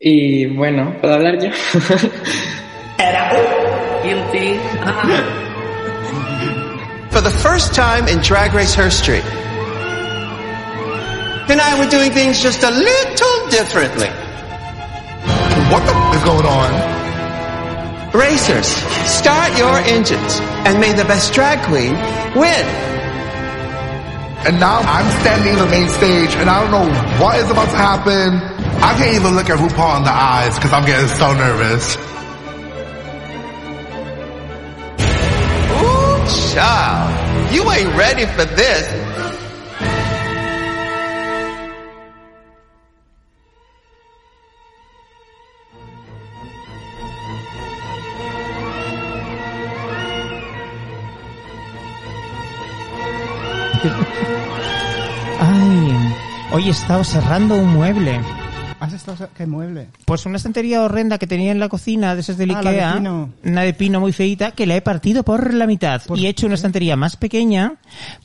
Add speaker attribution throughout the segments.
Speaker 1: Y bueno, ¿puedo hablar yo?
Speaker 2: Era guilty.
Speaker 3: For the first time in Drag Race history, and I were doing things just a little differently.
Speaker 4: What the f- is going on?
Speaker 3: Racers, start your engines, and may the best drag queen win.
Speaker 4: And now I'm standing in the main stage and I don't know what is about to happen. I can't even look at RuPaul in the eyes because I'm getting so nervous.
Speaker 3: Ooh, child, you ain't ready for this.
Speaker 5: Ay, hoy he estado cerrando un mueble.
Speaker 6: Has estado... sa- ¡Qué mueble!
Speaker 5: Pues una estantería horrenda que tenía en la cocina de esas del
Speaker 6: Ah, la de
Speaker 5: Ikea,
Speaker 6: pino.
Speaker 5: una de pino muy feita, que la he partido por la mitad
Speaker 6: ¿Por
Speaker 5: y he hecho una estantería más pequeña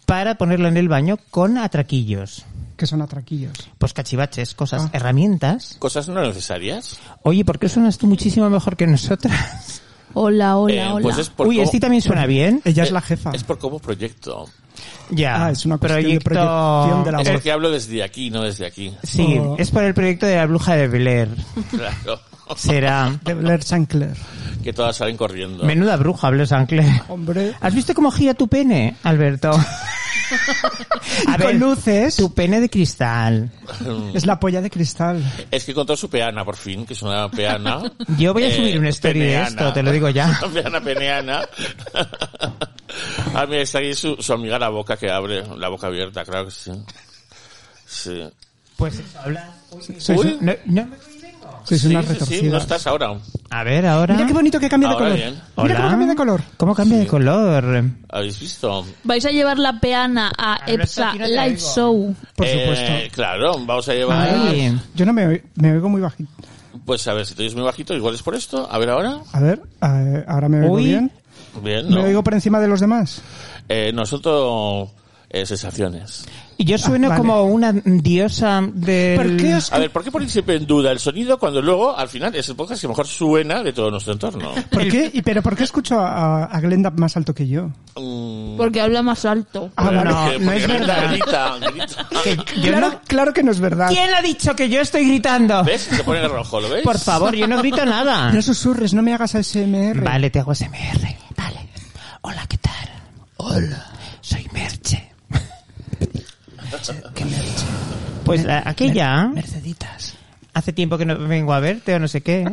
Speaker 5: para ponerla en el baño con atraquillos,
Speaker 6: Que son atraquillos.
Speaker 5: pues cachivaches, cosas,
Speaker 6: Ah.
Speaker 5: herramientas.
Speaker 7: Cosas no necesarias.
Speaker 5: Oye, ¿por qué suenas tú muchísimo mejor que nosotras?
Speaker 8: Hola, hola,
Speaker 7: Eh,
Speaker 8: hola.
Speaker 7: Pues es por
Speaker 5: Uy,
Speaker 7: cómo-
Speaker 5: este también suena bien. Eh,
Speaker 6: Ella es la jefa.
Speaker 7: Es por cómo proyecto.
Speaker 5: Ya, Eh,
Speaker 6: Ah, es una cuestión de proyección de la
Speaker 7: Es
Speaker 6: voz.
Speaker 7: porque hablo desde aquí, no desde aquí.
Speaker 5: Sí,
Speaker 6: Oh.
Speaker 5: es por el proyecto de la bruja de Belair.
Speaker 7: Claro.
Speaker 5: Será.
Speaker 6: De Blair Sinclair.
Speaker 7: Que todas salen corriendo.
Speaker 5: Menuda bruja, Blair Sinclair.
Speaker 6: Hombre.
Speaker 5: ¿Has visto cómo gira tu pene, Alberto? A
Speaker 6: con luces.
Speaker 5: Tu pene de cristal.
Speaker 6: Es la polla de cristal.
Speaker 7: Es que encontró su peana, por fin, que es una peana. Eh,
Speaker 5: Yo
Speaker 6: Eh,
Speaker 5: voy a subir una story de esto, te lo digo ya.
Speaker 7: Una peana peneana. ah, mira, está ahí su, su amiga la boca que abre, la boca abierta, claro que sí. Sí.
Speaker 5: Pues eso, habla. Uy,
Speaker 6: Sois,
Speaker 7: Uy.
Speaker 5: no- no me-
Speaker 6: sois
Speaker 7: Sí,
Speaker 6: unas
Speaker 7: sí, sí, no
Speaker 6: retorcidas.
Speaker 7: estás ahora.
Speaker 5: A ver, ahora.
Speaker 6: Mira qué bonito que cambia de
Speaker 7: Ahora
Speaker 6: color.
Speaker 7: bien.
Speaker 6: Mira cómo cambia de color.
Speaker 5: ¿Cómo cambia de color?
Speaker 7: ¿Habéis visto?
Speaker 8: Vais a llevar la peana a
Speaker 5: Alberto,
Speaker 8: EPSA
Speaker 5: aquí no te
Speaker 8: Live
Speaker 5: oigo.
Speaker 8: Show.
Speaker 6: Por
Speaker 7: Eh,
Speaker 6: supuesto.
Speaker 7: Claro, vamos a llevar.
Speaker 6: Ah.
Speaker 5: Ay.
Speaker 6: Yo no me, oi- me oigo muy bajito.
Speaker 7: Pues a ver, si te oyes muy bajito, igual es por esto. A ver ahora.
Speaker 6: A ver, eh, ahora me oigo
Speaker 5: Uy.
Speaker 6: bien.
Speaker 7: Bien,
Speaker 6: ¿Me
Speaker 7: ¿no?
Speaker 6: oigo por encima de los demás?
Speaker 7: Eh, nosotros eh, sensaciones.
Speaker 5: Y yo sueno
Speaker 6: Ah, vale.
Speaker 5: como una diosa de.
Speaker 6: ¿Por qué os,
Speaker 7: A ver, ¿por qué ponéis siempre en duda el sonido cuando luego, al final, es el podcast que mejor suena de todo nuestro entorno?
Speaker 6: ¿por qué, y, pero ¿por qué escucho a, a Glenda más alto que yo?
Speaker 7: Mm,
Speaker 8: Porque habla más alto.
Speaker 5: Ah,
Speaker 7: pero
Speaker 5: no,
Speaker 7: porque-
Speaker 5: no
Speaker 7: porque
Speaker 5: es
Speaker 7: grita,
Speaker 5: verdad.
Speaker 7: grita, grita.
Speaker 5: Que yo
Speaker 6: claro,
Speaker 5: no-
Speaker 6: claro que no es verdad.
Speaker 5: ¿Quién ha dicho que yo estoy gritando?
Speaker 7: ¿Ves? Se pone rojo, ¿lo ves?
Speaker 5: Por favor, yo no grito nada.
Speaker 6: No susurres, no me hagas ASMR.
Speaker 5: Vale, te hago SMR. Vale. Hola, ¿qué tal? Hola. Soy Merche. ¿Qué Merche? Pues a- aquella. Merceditas. Hace tiempo que no vengo a verte o no sé qué.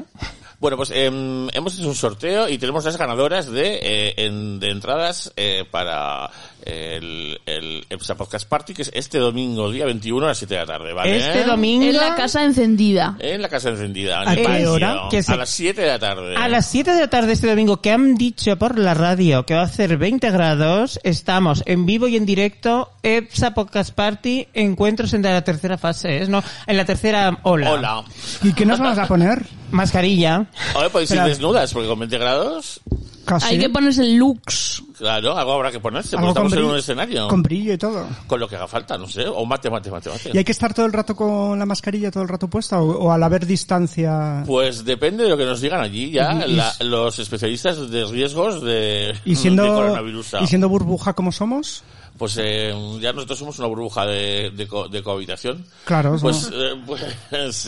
Speaker 7: Bueno, pues em, hemos hecho un sorteo y tenemos las ganadoras de, eh, en- de entradas eh, para el, el EPSA Podcast Party, que es este domingo, día 21 a las 7 de la tarde, ¿vale?
Speaker 5: Este domingo.
Speaker 8: En la casa encendida.
Speaker 7: En la casa encendida. en
Speaker 5: ¿A
Speaker 7: el
Speaker 5: qué
Speaker 7: patio,
Speaker 5: hora? Que se-
Speaker 7: A las 7 de la tarde.
Speaker 5: A las 7 de la tarde este domingo, que han dicho por la radio que va a hacer 20 grados, estamos en vivo y en directo, EPSA Podcast Party, encuentros en la tercera fase, ¿es? ¿no? En la tercera ola.
Speaker 7: Hola.
Speaker 6: ¿Y qué nos vamos a poner?
Speaker 5: Mascarilla.
Speaker 7: Ahora podéis ir
Speaker 6: Espera.
Speaker 7: desnudas, porque con 20 grados, Ah,
Speaker 6: Casi.
Speaker 8: Hay que ponerse el looks.
Speaker 7: claro, algo habrá que ponerse, porque
Speaker 6: Algo con
Speaker 7: estamos en
Speaker 6: brillo-
Speaker 7: un escenario.
Speaker 6: Con
Speaker 7: Con...
Speaker 6: brillo y todo.
Speaker 7: lo que haga falta, no sé. O mate, mate, mate, mate.
Speaker 6: ¿Y hay que estar todo el rato con la mascarilla todo el rato puesta o, o al haber distancia?
Speaker 7: Pues depende de lo que nos digan allí ya
Speaker 6: Y- y-
Speaker 7: la- los especialistas de riesgos de,
Speaker 6: Y
Speaker 7: de
Speaker 6: siendo,
Speaker 7: coronavirus. ah,
Speaker 6: y siendo burbuja como somos,
Speaker 7: Pues eh, ya nosotros somos una burbuja de, de, co- de cohabitación.
Speaker 6: Claro,
Speaker 7: Pues, eh, pues,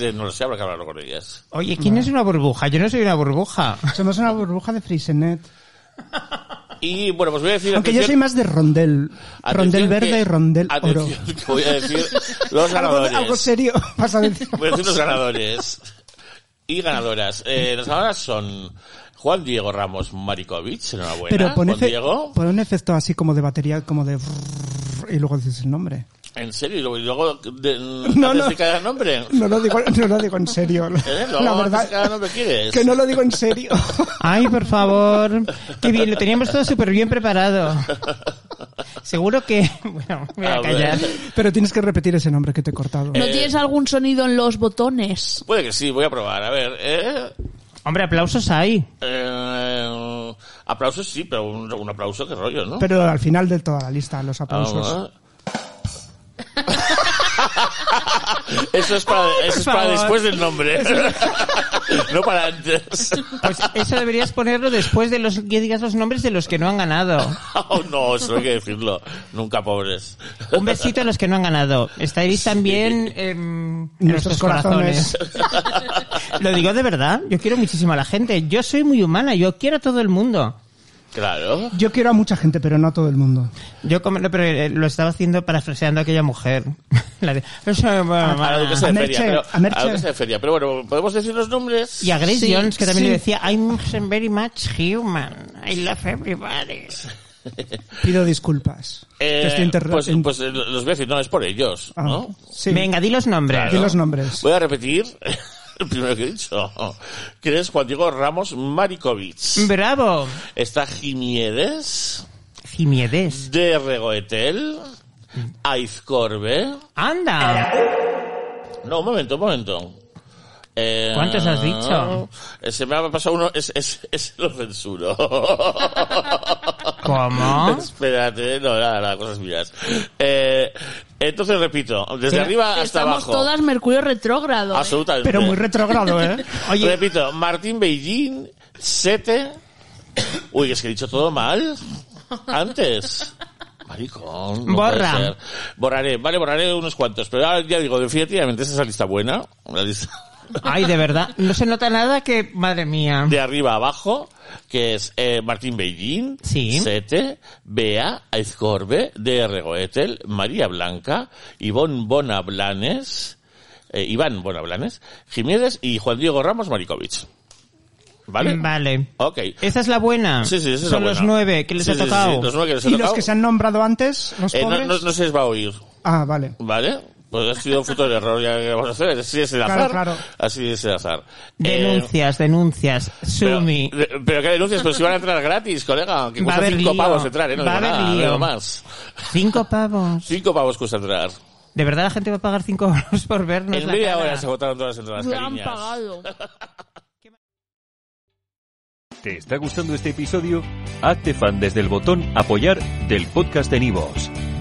Speaker 7: eh, no lo sé, habrá que hablarlo con ellas.
Speaker 5: Oye, ¿quién es una burbuja? Yo no soy una burbuja.
Speaker 6: somos una burbuja de Frisenet.
Speaker 7: Y bueno, pues voy a decir...
Speaker 6: Aunque yo soy
Speaker 7: atención-
Speaker 6: más de rondel.
Speaker 7: atención
Speaker 6: Rondel verde
Speaker 7: que-
Speaker 6: y rondel oro.
Speaker 7: atención que voy a decir los
Speaker 6: Algo,
Speaker 7: ganadores.
Speaker 6: algo serio. Vas a decir.
Speaker 7: Voy a decir los ganadores. Y ganadoras. Eh, las ganadoras son Juan Diego Ramos Marikovich, enhorabuena.
Speaker 6: Pero pon,
Speaker 7: Juan
Speaker 6: efe-
Speaker 7: Diego.
Speaker 6: pon un efecto así como de batería, como de... brrrr, Y luego dices el nombre.
Speaker 7: En serio, y luego, y luego de,
Speaker 6: No,
Speaker 7: haces
Speaker 6: no.
Speaker 7: de cada nombre.
Speaker 6: No lo digo, no lo digo en serio.
Speaker 7: ¿Eh? Luego
Speaker 6: La
Speaker 7: haces de cada
Speaker 6: verdad
Speaker 7: nombre quieres.
Speaker 6: que no lo digo en serio.
Speaker 5: Ay, por favor. Qué bien, lo teníamos todo súper bien preparado. Seguro que... Bueno, voy a,
Speaker 7: A ver.
Speaker 5: callar.
Speaker 6: Pero tienes que repetir ese nombre que te he cortado.
Speaker 8: ¿No
Speaker 7: Eh.
Speaker 8: tienes algún sonido en los botones?
Speaker 7: Puede que sí, voy a probar. A ver, eh,
Speaker 5: Hombre, aplausos hay.
Speaker 7: eh, aplausos sí, pero un, un aplauso qué rollo, ¿no?
Speaker 6: Pero al final de toda la lista, los
Speaker 7: Ah,
Speaker 6: aplausos.
Speaker 7: bueno. Eso es para, eso es para
Speaker 5: favor.
Speaker 7: después del nombre. no para antes.
Speaker 5: Pues eso deberías ponerlo después de los que digas los nombres de los que no han ganado.
Speaker 7: Oh, no, eso hay que decirlo. Nunca pobres.
Speaker 5: Un besito a los que no han ganado. Estáis también em, en nuestros
Speaker 6: Nuestros
Speaker 5: corazones.
Speaker 6: corazones.
Speaker 5: Lo digo de verdad. Yo quiero muchísimo a la gente. Yo soy muy humana. Yo quiero a todo el mundo.
Speaker 7: Claro.
Speaker 6: Yo quiero a mucha gente, pero no a todo el mundo.
Speaker 5: Yo como, no, pero eh, lo estaba haciendo parafraseando a aquella mujer. La de-
Speaker 7: A la duquesa
Speaker 6: A
Speaker 7: de
Speaker 6: Merche,
Speaker 7: feria. Pero,
Speaker 6: a Merche.
Speaker 7: la duquesa de feria. Pero bueno, podemos decir los nombres.
Speaker 5: y a Grace
Speaker 8: Sí,
Speaker 5: Jones, que también
Speaker 8: sí.
Speaker 5: le decía, I'm very much human. I love everybody.
Speaker 6: Pido disculpas.
Speaker 7: Eh,
Speaker 6: Te estoy interrumpiendo.
Speaker 7: pues, pues eh, los voy a decir, no, es por ellos,
Speaker 6: Ah,
Speaker 7: ¿no?
Speaker 6: sí.
Speaker 5: Venga, di los nombres.
Speaker 7: Claro.
Speaker 6: Di los nombres.
Speaker 7: Voy a repetir el primero que he dicho, que es Juan Diego Ramos Marikovich.
Speaker 5: Bravo.
Speaker 7: Está Jimiedes,
Speaker 5: Jimiedes.
Speaker 7: de Regoetel, Aiz Corbe.
Speaker 5: Anda.
Speaker 7: No, un momento, un momento. Eh,
Speaker 5: ¿Cuántos has dicho?
Speaker 7: eh, Se me ha pasado uno, es, es, es lo censuro.
Speaker 5: ¿Cómo?
Speaker 7: Espérate, no, nada, nada, cosas mías. Eh, entonces repito, desde
Speaker 5: Sí.
Speaker 7: arriba hasta
Speaker 8: Estamos
Speaker 7: abajo.
Speaker 8: todas Mercurio retrógrado. ¿eh?
Speaker 7: Absolutamente.
Speaker 6: Pero muy retrógrado, ¿eh?
Speaker 5: Oye.
Speaker 7: Repito, Martín Beijing, Sete. Uy, es que he dicho todo mal. Antes. Maricón. no
Speaker 5: Borra.
Speaker 7: puede ser. Borraré, vale, borraré unos cuantos. Pero ahora ya digo, definitivamente esa es la lista buena. La lista
Speaker 5: Ay, de verdad. No se nota nada que, madre mía.
Speaker 7: de arriba a abajo, que es eh, Martín Beijing,
Speaker 5: Sí.
Speaker 7: Sete, Bea, Aizcorbe, DR Goetel, María Blanca, Iván Bonablanes, eh, Iván Bonablanes, Jiménez y Juan Diego Ramos Marikovich. ¿Vale?
Speaker 5: Vale.
Speaker 7: Ok.
Speaker 5: Esa es la buena.
Speaker 7: Sí, sí, esa es
Speaker 5: Son
Speaker 7: la
Speaker 5: los
Speaker 7: buena.
Speaker 5: nueve que les
Speaker 7: Sí,
Speaker 5: ha
Speaker 7: sí, sí,
Speaker 5: tocado.
Speaker 7: sí, los nueve que les ha
Speaker 6: ¿Y los
Speaker 7: tocado.
Speaker 6: que se han nombrado antes? ¿Los
Speaker 7: Eh, no-
Speaker 6: pobres?
Speaker 7: no- no se les va a oír.
Speaker 6: Ah, vale.
Speaker 7: ¿Vale? Pues ha sido un futuro error, ya que vamos a hacer. Así es el
Speaker 6: Claro,
Speaker 7: azar.
Speaker 6: claro.
Speaker 7: Así es el azar. Eh,
Speaker 5: Denuncias, denuncias.
Speaker 7: pero,
Speaker 5: Sumi.
Speaker 7: de- pero qué denuncias, pero si van a entrar gratis, colega. Que
Speaker 5: Va a
Speaker 7: cuesta
Speaker 5: haber
Speaker 7: cinco
Speaker 5: lío.
Speaker 7: pavos entrar, ¿eh? No
Speaker 5: Va a
Speaker 7: digo
Speaker 5: haber
Speaker 7: nada, no
Speaker 5: lío.
Speaker 7: digo más.
Speaker 5: Cinco pavos.
Speaker 7: Cinco pavos cuesta entrar.
Speaker 5: De verdad la gente va a pagar cinco euros por vernos.
Speaker 7: En
Speaker 5: la
Speaker 7: media
Speaker 5: cara?
Speaker 7: hora se agotaron todas las entradas,
Speaker 8: Lo han
Speaker 7: cariñas.
Speaker 8: pagado.
Speaker 9: ¿Te está gustando este episodio? Hazte fan desde el botón Apoyar del podcast de Nivos.